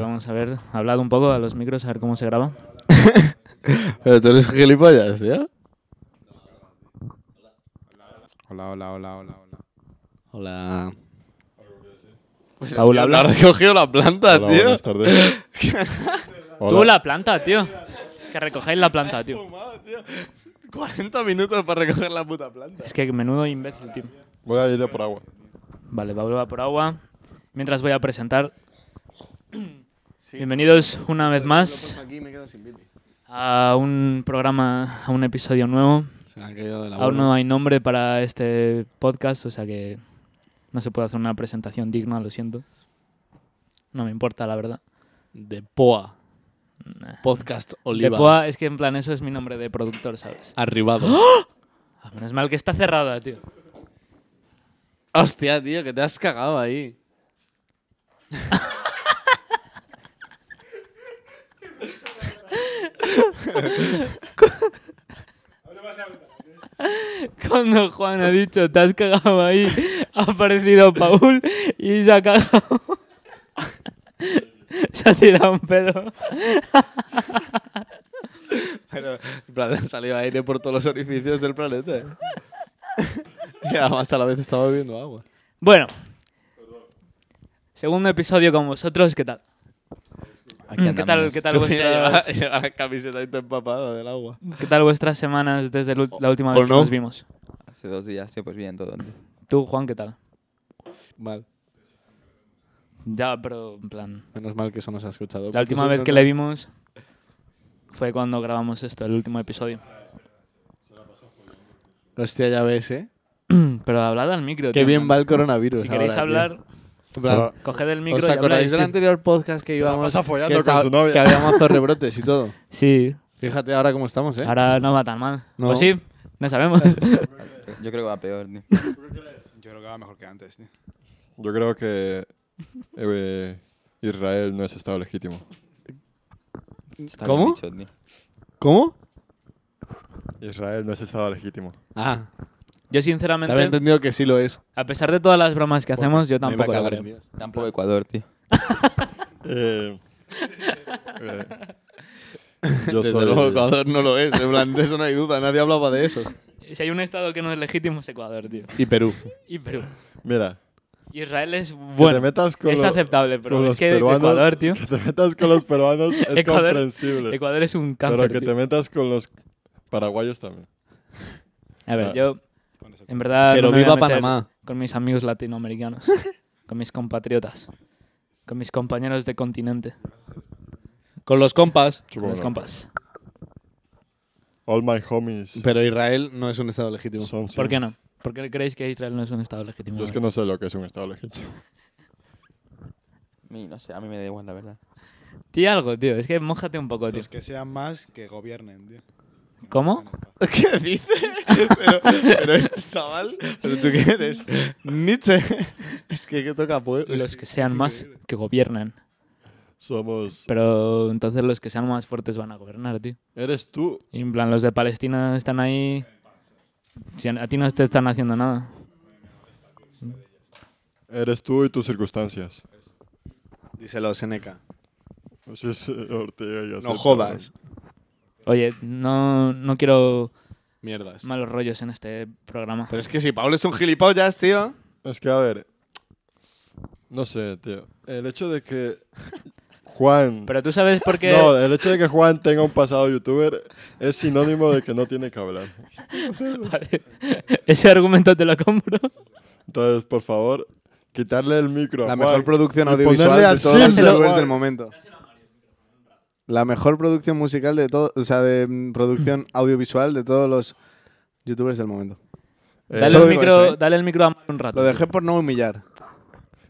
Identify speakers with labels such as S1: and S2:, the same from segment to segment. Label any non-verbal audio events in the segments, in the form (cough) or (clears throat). S1: Vamos a ver, hablad un poco a los micros, a ver cómo se graba.
S2: Pero tú eres gilipollas, ¿ya?
S3: Hola, hola, hola, hola, hola.
S2: Hola. Pues
S1: Paula, habla.
S2: ha recogido la planta,
S3: Hola,
S2: tío.
S3: buenas tardes.
S1: Ah, (laughs) Tú
S3: Hola.
S1: la planta, tío. Que recogáis la planta, tío.
S2: Fumado, tío. (laughs) 40 minutos para recoger la puta planta.
S1: Es que menudo imbécil, tío.
S3: Voy a ir a por agua.
S1: Vale, Pablo va por agua. Mientras voy a presentar.
S2: Sí.
S1: Bienvenidos una vez más
S2: Aquí me quedo sin Billy.
S1: a un programa, a un episodio nuevo.
S2: Se me ha caído de la
S1: Aún no hay nombre para este podcast, o sea que no se puede hacer una presentación digna, lo siento. No me importa, la verdad.
S2: De Poa. Podcast
S1: De
S2: Oliva.
S1: Poa es que en plan eso es mi nombre de productor, ¿sabes?
S2: Arribado.
S1: Ah, Menos mal que está cerrada, tío.
S2: (gasps)
S1: (laughs)
S2: Hostia, tío, que te has cagado ahí.
S1: Cuando Juan ha dicho, te has cagado ahí, ha aparecido Paul y se ha cagado. (laughs) se ha tirado un pedo.
S2: Pero, en plan, ha salido aire por todos los orificios del planeta. (laughs) y además a la vez estaba bebiendo agua.
S1: Bueno. Segundo episodio con vosotros, ¿qué tal? Mm, ¿Qué tal, ¿Qué tal
S2: Tú lleva,
S1: vuestras,
S2: lleva la camiseta ahí toda empapada del agua.
S1: qué tal vuestras semanas desde el ul- la última
S2: ¿O
S1: vez que
S2: no?
S1: nos vimos?
S4: Hace dos días, tío, pues bien, todo. tío.
S1: Tú, Juan, ¿qué tal?
S2: Mal.
S1: Ya, pero en plan...
S2: Menos mal que eso Pues no se ha escuchado.
S1: La última vez que le vimos fue cuando grabamos esto, el último episodio.
S2: Hostia, ya ves, ¿eh?
S1: pero hablad al micro,
S2: Qué
S1: tío,
S2: bien
S1: man.
S2: va el coronavirus.
S1: Si queréis
S2: ahora, tío.
S1: hablar,
S2: En plan,
S3: Ahora-
S1: coged el micro
S2: ¿Os
S1: y habláis,
S2: acordáis del
S1: tío.
S2: anterior podcast que
S3: la
S2: íbamos
S3: pasa follando
S2: que,
S3: con su novia.
S2: que habíamos hacer rebrotes y todo?
S1: Sí,
S2: Fíjate ahora cómo estamos, ¿eh?
S1: ahora no va tan mal.
S2: No.
S1: ¿O sí? No sabemos.
S4: Yo creo que va peor, tío.
S5: Yo creo que va mejor que antes, tío.
S3: Yo creo que eh, Israel no es Estado legítimo.
S4: Está bien
S2: ¿Cómo?
S4: dicho, tío.
S2: ¿Cómo?
S3: Israel no es Estado legítimo.
S2: Ah,
S1: (laughs) Yo
S2: te había
S1: sinceramente,
S2: entendido que sí lo es.
S1: a pesar de todas las bromas que hacemos, yo
S2: Me iba a
S1: tampoco lo
S2: cagar,
S1: creo.
S2: tío.
S4: Tampoco Ecuador, tío.
S3: Eh, eh, yo
S2: Desde
S3: soy-
S2: luego Ecuador no lo es. En plan, de eso no hay duda. Nadie hablaba de eso.
S1: Si hay un estado que no es legítimo es Ecuador, tío.
S2: Y Perú.
S1: Y Perú.
S3: Mira,
S1: Israel es
S3: que te
S1: bueno.
S3: metas con
S1: es
S3: lo-
S1: aceptable, pero
S3: con
S1: es
S3: los
S1: que
S3: peruanos-
S1: Ecuador, tío.
S3: Que te metas con los peruanos es
S1: Ecuador-
S3: comprensible.
S1: Ecuador es un
S3: pero
S1: cáncer,
S3: que
S1: tío.
S3: te metas con los paraguayos también.
S1: A ver,
S3: Ah.
S1: yo
S5: Con eso.
S1: en verdad
S2: Pero
S1: no me voy a
S2: viva
S1: meter
S2: Panamá.
S1: con mis amigos
S3: (laughs)
S1: latinoamericanos, con mis compatriotas, con mis compañeros de continente,
S2: Con los compas.
S1: con
S3: Supongo.
S1: los compas.
S3: All my homies
S2: Pero Israel no es un Estado legítimo.
S3: son
S1: ¿Por qué
S3: sims.
S1: no? ¿Por qué creéis que Israel no es un estado legítimo?
S3: Yo es que no sé lo que es un Estado legítimo.
S4: A mí, no sé, a mí me da igual, la verdad.
S1: Di algo, tío. Es que mójate un poco, tío.
S5: Los que sean más que gobiernen, tío.
S1: ¿Cómo?
S2: (laughs) ¿Qué dices? Pero, pero este chaval, ¿pero tú qué eres? Nietzsche. Es que, que toca pues.
S1: Los que sean más que gobiernen.
S3: Somos.
S1: Pero entonces los que sean más fuertes van a gobernar, tío.
S3: Eres tú.
S1: Y en plan, los de Palestina están ahí. Si a a ti no te están haciendo nada.
S3: Eres tú y tus circunstancias.
S2: Díselo, Seneca.
S3: Sí, sí, Ortega y
S2: No
S3: Gasset,
S2: jodas.
S1: Oye, no, no quiero
S2: Mierdas.
S1: malos rollos en este programa.
S2: Pero es que si Pablo es un gilipollas, tío.
S3: cabrón. Es que, a ver. No sé, tío. El hecho
S2: (laughs)
S3: de que. Juan.
S1: Pero tú sabes por qué.
S3: (laughs)
S1: (laughs)
S3: No, el hecho de que Juan tenga un pasado youtuber es sinónimo de que no tiene que hablar.
S1: Vale. Ese argumento te lo compro.
S3: Entonces, por favor, quitarle el micro. a
S2: La
S3: Juan
S2: mejor producción
S3: y ponerle
S2: audiovisual
S3: al
S2: de todos los
S3: Sim de
S2: youtubers
S3: Juan.
S2: del momento. La mejor producción musical de todo, o sea, de mm,
S3: (clears throat)
S2: producción audiovisual de todos los youtubers del momento.
S3: Eh,
S1: Dale
S2: solo
S1: el,
S2: digo
S1: micro,
S2: eso, ¿eh?
S1: dale el micro a Mario un rato.
S2: Lo dejé por no humillar.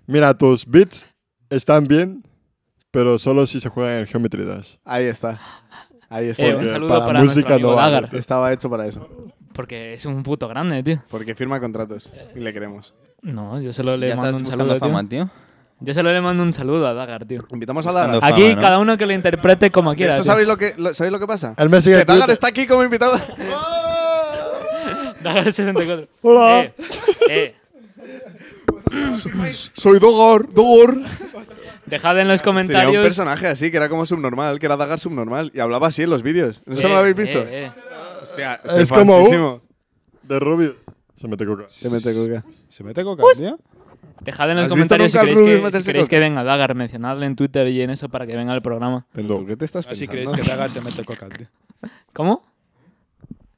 S3: Mira, tus beats están bien, pero solo si se juegan en Geometry Dash.
S2: Ahí está. Ahí está.
S1: Eh, un
S3: Porque
S1: saludo para,
S3: para música
S1: nuestro amigo
S3: no vale,
S1: Dagar,
S3: tío.
S2: Estaba hecho para eso.
S1: porque es un puto grande, tío.
S2: Porque firma contratos y le queremos.
S1: No, yo solo le
S4: ya
S1: mando
S4: estás
S1: un
S4: buscando
S1: saludo, tío.
S4: fama, tío.
S1: Yo solo le mando un saludo a Dagar, tío.
S2: Invitamos a
S4: Buscando
S2: Dagar.
S4: fama,
S1: Aquí
S4: ¿no?
S1: cada uno que lo interprete como
S2: De
S1: quiera.
S2: hecho,
S1: tío.
S2: ¿sabéis lo que, lo- ¿sabéis lo que pasa?
S3: Él me sigue
S2: Que
S3: en
S2: Dagar
S3: Twitter.
S2: está aquí como invitado.
S1: (laughs) Dagar 74.
S3: Hola.
S1: Eh, eh,
S2: Soy Dogor, Dogor.
S1: Dejad en los
S2: Tenía un
S1: comentarios.
S2: personaje así, que era como subnormal, que era Dagar subnormal, y hablaba así en los vídeos. ¿Eso no lo habéis visto?
S1: eh, eh.
S2: Hostia,
S3: Es como un-
S2: falsísimo.
S3: De Rubio. Se mete coca.
S2: Se mete coca.
S5: ¿Se mete coca,
S1: Pues
S5: tío?
S1: Dejad en los
S2: ¿Has visto
S1: comentarios si
S2: nunca al
S1: queréis,
S2: Rubius
S1: que, si
S2: meterse
S1: queréis
S2: coca?
S1: que venga Dagar, mencionadle en Twitter y en eso para que venga al programa.
S2: Pero
S3: No.
S2: tú, ¿qué te estás
S5: Ah, Si
S2: pensando?
S5: creéis que Daga se mete coca, tío.
S1: ¿Cómo?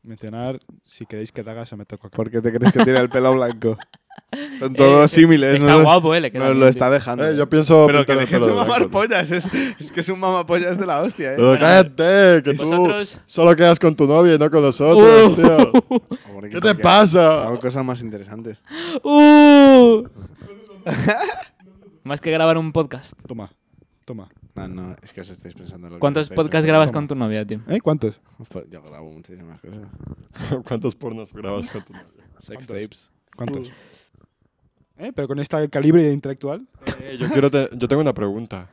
S5: Mencionar si creéis que Daga se mete coca.
S2: ¿Por qué te crees que tiene el pelo blanco? Son todos similes.
S1: Eh, Está
S2: no los-
S1: guapo, eh. Le queda
S2: Nos
S1: bien,
S2: lo
S1: tío.
S2: está dejando.
S3: Eh, yo pienso.
S2: Pero que
S3: pintar el
S2: dejes
S3: pelo
S2: de
S3: de
S2: mamar
S3: blanco.
S2: pollas. Es, es que es un mamapollas de la hostia,
S3: Pero
S2: ¿eh?
S3: cállate, que tú
S1: Vosotros-
S3: solo quedas con tu novia y no con nosotros,
S1: Uh. (laughs)
S3: tío.
S2: Hombre,
S3: ¿Qué
S2: que
S3: te
S2: porque
S3: pasa?
S2: Hago cosas más interesantes.
S1: ¡Uh! (laughs) Más que grabar un podcast.
S5: Toma, toma.
S2: No, no, es que os estáis pensando lo que
S1: ¿Cuántos
S2: estáis
S1: podcasts
S2: pensando.
S1: grabas con tu novia, tío?
S5: ¿Eh? ¿Cuántos?
S2: Pues Yo grabo muchísimas cosas.
S3: ¿Cuántos pornos grabas con tu novia?
S2: Sex
S5: ¿Cuántos?
S2: tapes.
S5: ¿Cuántos? ¿Eh? ¿Pero con este calibre intelectual?
S3: Eh, yo, quiero te- yo tengo una pregunta.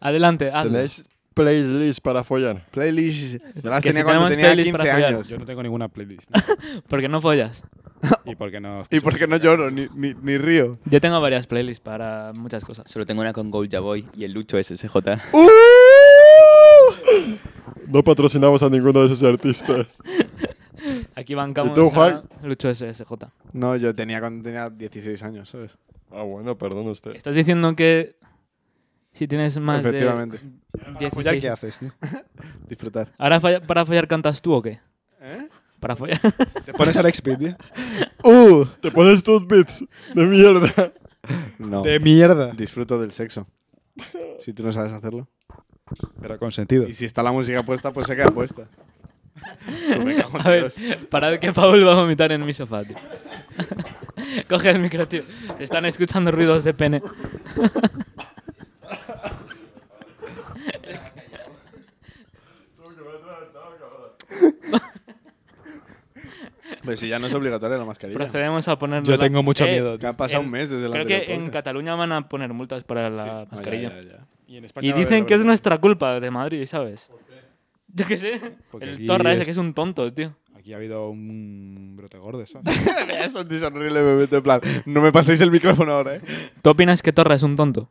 S1: Adelante, hazlo.
S3: ¿Tenéis playlist para follar?
S2: Playlists. Yo las
S1: que si
S2: tenía cuando
S1: tenemos
S2: tenía
S1: playlist
S2: 15
S1: para follar.
S2: años.
S5: Yo no tengo ninguna playlist.
S2: (laughs)
S1: ¿Por qué no follas?
S5: ¿Y por qué no?
S2: Y porque no lloro, ni, ni, ni río.
S1: Yo tengo varias playlists para muchas cosas.
S4: Solo tengo una con Goldja Boy y el Lucho SSJ.
S1: Uh.
S3: No patrocinamos a ninguno de esos artistas.
S1: Aquí bancamos
S3: ¿Y tú, Juan?
S1: a Lucho SSJ.
S2: No, yo tenía cuando tenía 16 años, ¿sabes?
S3: Ah, bueno, perdón usted.
S1: ¿Estás diciendo que si tienes más de
S2: Efectivamente. Pues
S5: follar,
S1: 16...
S5: ¿Qué
S2: (laughs)
S5: haces, tío?
S2: Disfrutar.
S1: ¿Ahora falla- para follar cantas tú o qué?
S2: ¿Eh?
S1: Para
S5: (laughs)
S1: follar...
S5: ¿Te pones al Speed, tío?
S2: ¡Uh!
S3: Te pones tus beats de mierda.
S2: (laughs) No.
S5: (laughs) ¡De mierda!
S2: Disfruto del sexo. Si tú no sabes hacerlo.
S5: Pero con sentido.
S2: Y si está la música puesta, pues se queda (laughs) puesta. Pues me cago en
S1: A ver,
S2: Dios.
S1: parad que Paul va a vomitar en mi sofá, tío. (laughs) Coge el micro, tío. Están escuchando ruidos de pene.
S2: Pues si ya no es obligatoria la mascarilla.
S1: Procedemos a poner...
S5: Yo tengo mucho miedo,
S2: Que
S5: tío.
S2: ha pasado
S1: En-
S2: un mes desde la
S1: Creo que en
S2: podcast.
S1: Cataluña van a poner multas para la
S2: No,
S1: mascarilla.
S2: Ah, ya, ya, ya.
S5: Y, en España
S1: Y
S5: va a haber
S1: dicen que es
S5: doble.
S1: nuestra culpa de Madrid, ¿sabes? Yo qué sé.
S5: Porque
S1: el
S5: aquí
S1: Torra ese
S5: es-
S1: que es un tonto, tío.
S5: Aquí ha habido un brote gordo, ¿sabes?
S2: (laughs) Esto es horrible, me meto en plan. No me paséis el micrófono ahora, ¿eh?
S1: ¿Tú opinas que Torra es un tonto?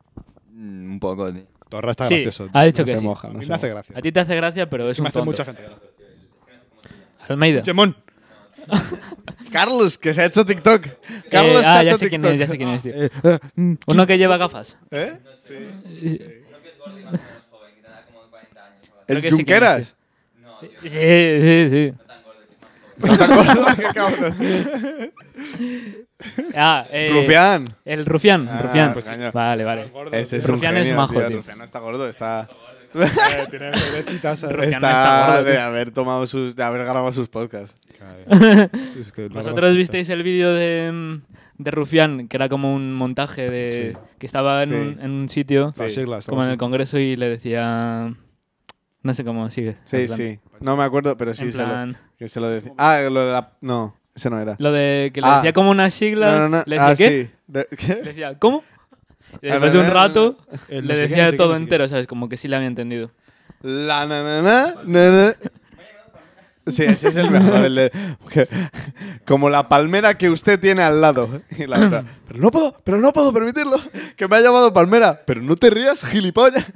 S4: Mm, un poco, tío.
S5: (laughs) Torra está
S1: Sí,
S5: gracioso.
S1: ha dicho
S5: No
S1: que
S5: se
S1: sí.
S5: moja, no
S2: A mí
S5: se
S2: me
S5: me
S2: hace
S5: hace
S1: A
S5: gracia.
S1: ti te hace gracia, pero es, un
S5: me hace
S1: tonto.
S5: mucha gente gracia.
S1: Almeida.
S5: Chemón.
S2: Carlos, que se ha hecho TikTok.
S1: Eh,
S2: Carlos se
S1: ah,
S2: ha
S1: ya
S2: hecho
S1: sé
S2: TikTok. Ah,
S1: quién
S2: mm,
S1: es, ya sé quién es, tío. Uno que lleva gafas.
S2: ¿Eh?
S1: Creo
S2: ¿El
S1: que sí quién es,
S2: Junqueras?
S1: Sí, sí, sí.
S2: ¿No te acuerdas? (laughs) ¡Qué cabrón!
S1: Ah, eh,
S2: Rufián.
S1: El Rufián.
S2: Ah,
S1: Rufián.
S2: pues sí.
S1: Vale, vale.
S2: Ese es
S1: Rufián
S2: un
S1: es
S2: genio,
S1: majo,
S2: tío.
S1: tío.
S2: Rufián no está gordo, está...
S5: Eh,
S2: (laughs)
S5: Tiene cervecitas. ¿sabes?
S1: Rufián no
S2: está
S1: está gordo,
S2: de
S1: tío.
S2: haber tomado sus... de haber grabado sus podcasts.
S5: Sí, es que lo
S1: ¿Vosotros
S5: conozco.
S1: visteis el vídeo de, mm, de Rufián, que era como un montaje de que estaba en,
S2: Sí.
S1: un, en un sitio,
S5: Las siglas.
S1: como en el
S5: algo
S1: Congreso, y le decía... No sé cómo sigue. en
S2: Sí,
S1: plan-
S2: sí. No me acuerdo, pero sí
S1: en
S2: se lo,
S1: plan,
S2: que se lo decía. Ah, lo de la... No, ese no era.
S1: lo de que le
S2: Ah.
S1: decía como unas siglas,
S2: No, no, no.
S1: le decía
S2: Ah,
S1: ¿qué?
S2: sí. De-
S1: Le
S2: ¿Qué?
S1: decía ¿cómo? Y
S2: A
S1: después
S2: ver,
S1: de un
S2: no, no,
S1: rato
S5: así. El
S1: le
S5: no sé qué,
S1: decía
S5: no sé qué,
S1: todo
S5: no sé qué.
S1: entero, ¿sabes? Como que sí le había entendido.
S2: La na na na, na, na. Sí, ese es el mejor. el de- que- como la palmera que usted tiene al lado. Y la otra, pero no puedo, pero no puedo permitirlo. Que me ha llamado palmera. Pero no te rías, gilipollas.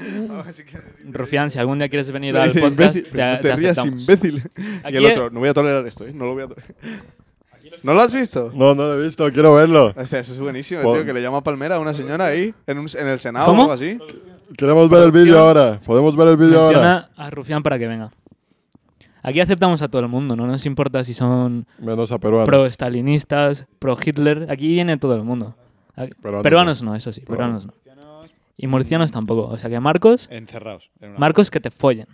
S2: Así que-
S1: Rufián, si algún día quieres venir
S2: Le
S1: al
S2: dice,
S1: podcast,
S2: "Imbécil,
S1: te,
S2: pero no
S1: te
S2: te rías,
S1: aceptamos.
S2: imbécil.
S1: Aquí
S2: Y el
S1: es-
S2: otro, no voy a tolerar esto, ¿eh? No lo voy a tolerar. ¿No lo has visto?
S3: No, no lo he visto, quiero verlo.
S2: O sea, eso es buenísimo,
S3: Pon-
S2: tío, que le llama palmera a una señora ahí, en, un- en el Senado
S1: ¿Cómo?
S2: o algo así.
S3: Queremos ver el vídeo ahora. Podemos ver el vídeo ahora.
S1: Menciona a Rufián para que venga. Aquí aceptamos a todo el mundo, no nos importa si son
S3: Menos a peruano.
S1: pro-stalinistas, pro-Hitler, aquí viene todo el mundo. A-
S3: Peruanos
S1: peruanos no, eso sí, peruanos no. Y murcianos tampoco, o sea que Marcos,
S5: Encerrados. en una-
S1: Marcos que te follen,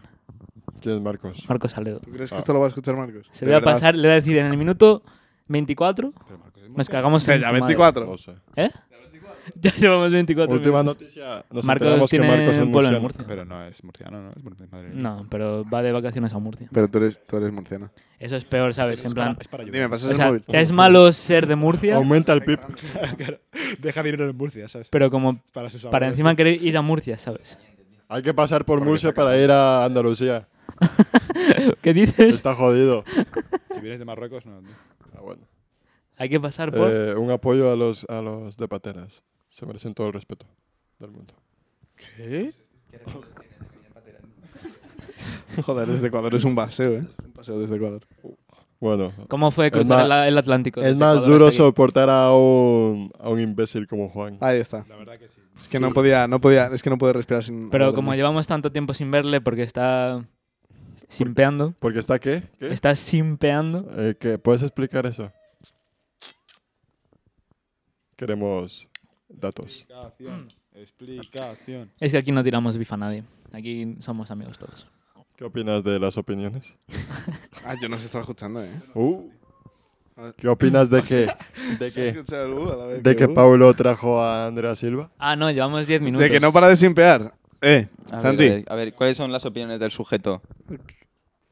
S3: ¿Quién es Marcos?
S1: Marcos Aledo.
S2: ¿Tú crees que esto lo va a escuchar Marcos?
S1: Se le
S2: De
S1: va a
S2: verdad.
S1: pasar, le va a decir en el minuto 24,
S5: Pero Marcos es
S1: nos
S5: murciano.
S1: cagamos en
S2: Sí, ya
S1: tu madre".
S2: 24.
S3: No sé.
S1: ¿Eh? (laughs) Ya llevamos 24
S3: Última
S1: minutos.
S3: noticia. Nos
S1: Marcos
S3: enteramos que
S1: tiene
S3: Marcos es
S1: un pueblo en
S3: murciano.
S1: Murcia.
S5: Pero no es murciano, ¿no? Es mur- es madrileño.
S1: No, pero va de vacaciones a Murcia.
S2: Pero tú eres, tú eres murciano.
S1: Eso es peor, ¿sabes? En plan...
S5: Es para ayudar.
S2: Dime, pasas
S1: O sea,
S2: el móvil.
S1: es malo ser de Murcia,
S3: Aumenta el PIB.
S5: Claro, Deja dinero en Murcia, ¿sabes?
S1: pero como
S5: Para sus
S1: para
S5: abuelos.
S1: encima querer ir a Murcia, ¿sabes?
S3: Hay que pasar por Murcia para ir a Andalucía.
S1: (laughs) ¿Qué dices?
S3: Está jodido.
S5: Si vienes de Marruecos, no. tío.
S3: Ah, bueno.
S1: Hay que pasar por...
S3: Eh, un apoyo a los, a los de pateras. Se merecen todo el respeto del mundo. ¿Qué?
S2: Joder, desde Ecuador es un paseo, ¿eh? Un paseo desde Ecuador.
S3: Bueno,
S1: ¿Cómo fue
S3: Es
S1: cruzar
S3: más-
S1: el, el Atlántico?
S3: es
S1: desde
S3: más
S1: Ecuador
S3: duro
S1: hasta aquí?
S3: soportar a un, a un imbécil como Juan.
S2: Ahí está.
S5: La verdad que sí.
S2: Es que no podía, no podía, es que no puedo respirar sin.
S1: Pero
S2: hablar de
S1: como
S2: mí.
S1: llevamos tanto tiempo sin verle porque está simpeando,
S3: Porque está qué? ¿Qué?
S1: está simpeando.
S3: Eh, ¿qué? ¿Puedes explicar eso? Queremos datos.
S5: Explicación. Explicación.
S1: Es que aquí no tiramos bifa a nadie. Aquí somos amigos todos.
S3: ¿Qué opinas de las opiniones?
S2: Ah, yo no se estaba escuchando, ¿eh?
S3: Uh. ¿Qué opinas de que, de
S2: Se ha
S3: que,
S2: escuchado el uh a la vez
S3: de que
S2: uh.
S3: Paulo trajo a Andrea Silva?
S1: Ah, no, llevamos 10 minutos.
S2: De que no para de simpear. Eh,
S4: A
S2: Santi.
S4: Ver, a, ver, a ver, ¿cuáles son las opiniones del sujeto?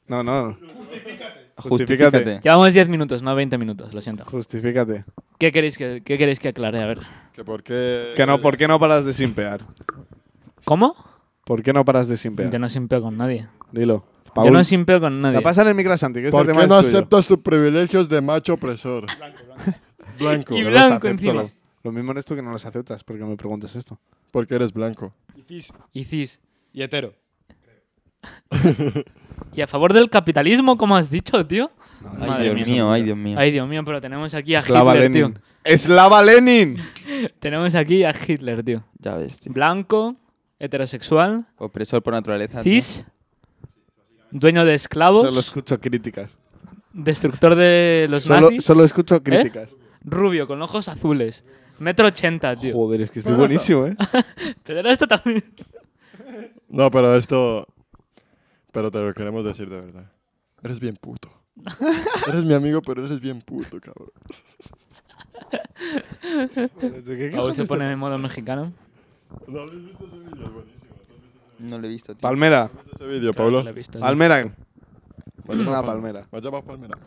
S2: No, no. Justifícate.
S4: Justifícate.
S1: Llevamos 10 minutos, no 20 minutos, lo siento.
S2: Justifícate.
S1: ¿Qué queréis que, qué queréis que aclare? A ver.
S3: ¿Que por qué?
S2: Que no, ¿por qué no paras de simpear?
S1: ¿Cómo?
S2: ¿Por qué no paras de simpear?
S1: Yo no simpeo con nadie.
S2: Dilo.
S1: Yo
S2: Paul,
S1: no simpeo con nadie.
S2: la pasa en el micro a Santi, que este
S3: ¿Por
S2: tema
S3: qué
S2: es
S3: no
S2: tuyo.
S3: aceptas tus privilegios de
S1: (laughs)
S3: macho opresor? Blanco,
S1: Y
S2: Yo
S3: blanco.
S2: los
S1: blanco
S2: acepto,
S1: encima.
S2: lo- Lo mismo eres tú que no las aceptas, porque me preguntas esto.
S3: Porque eres blanco.
S5: Y cis.
S1: Y cis.
S5: Y hetero.
S1: ¿Y a favor del capitalismo, como has dicho, tío?
S4: Ay,
S1: Madre
S4: Dios
S1: mía.
S4: mío, ay, Dios mío.
S1: Ay, Dios mío, pero tenemos aquí a
S2: Slava
S1: Hitler,
S2: Lenin.
S1: tío.
S2: ¡Slava Lenin!
S1: Tenemos aquí a Hitler, tío.
S4: Ya ves, tío.
S1: Blanco, heterosexual,
S4: Opresor por naturaleza. tío.
S1: cis, dueño de
S2: Solo
S1: esclavos,
S2: escucho críticas.
S1: destructor de los
S2: Solo,
S1: nazis, ¿Eh?
S2: solo escucho críticas.
S1: rubio, con ojos azules, metro ochenta, tío.
S2: Joder, es que estoy
S1: (laughs)
S2: buenísimo, ¿eh?
S1: Pederasta también.
S3: No, pero esto. Pero te lo queremos decir de verdad. Eres bien
S1: (laughs)
S3: puto. eres mi amigo, pero eres bien puto, cabrón.
S2: ¿Qué
S1: Raúl se pone en modo mexicano.
S3: ¿No habéis visto ese vídeo? Es buenísimo.
S4: No lo he visto, tío.
S2: Palmera.
S3: ¿Has visto ese
S1: Claro
S3: vídeo,
S1: que
S3: Pablo?
S1: lo he visto, sí.
S2: Palmera. Es
S3: Vaya
S2: una
S3: pa-
S2: palmera.
S3: Vaya pa' palmera.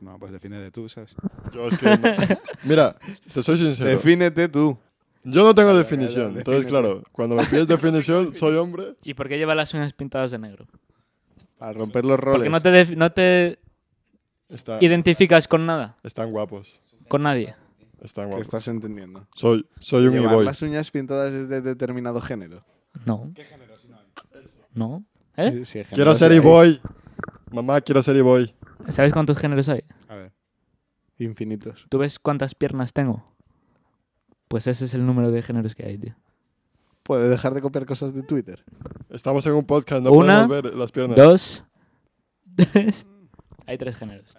S5: No, pues define de tú, ¿sabes?
S3: Yo es que. no- Mira, te soy sincero.
S2: Defínete tú.
S3: Yo no tengo definición. Entonces, claro, cuando me pides definición, soy hombre.
S1: ¿Y por qué lleva las uñas pintadas de negro?
S2: Para romper los roles.
S1: Porque no te, def- no te
S3: Está-
S1: identificas con nada,
S3: están guapos.
S1: con nadie.
S3: Están
S2: ¿Qué
S3: guapos.
S2: estás entendiendo?
S3: Soy, soy un
S2: Llevar
S3: e-boy.
S2: las uñas pintadas es de determinado género.
S1: No. ¿Qué género no hay? ¿No? ¿Eh?
S2: Sí, género
S3: Quiero ser
S2: sí hay.
S3: e-boy. Mamá, quiero ser e-boy.
S1: ¿Sabes cuántos géneros hay?
S5: A ver.
S2: Infinitos.
S1: ¿Tú ves cuántas piernas tengo? Pues ese es el número de géneros que hay, tío.
S2: Puede dejar de copiar cosas de Twitter.
S3: Estamos en un podcast, no
S1: Una,
S3: podemos ver las piernas.
S1: Dos, tres. Hay tres géneros.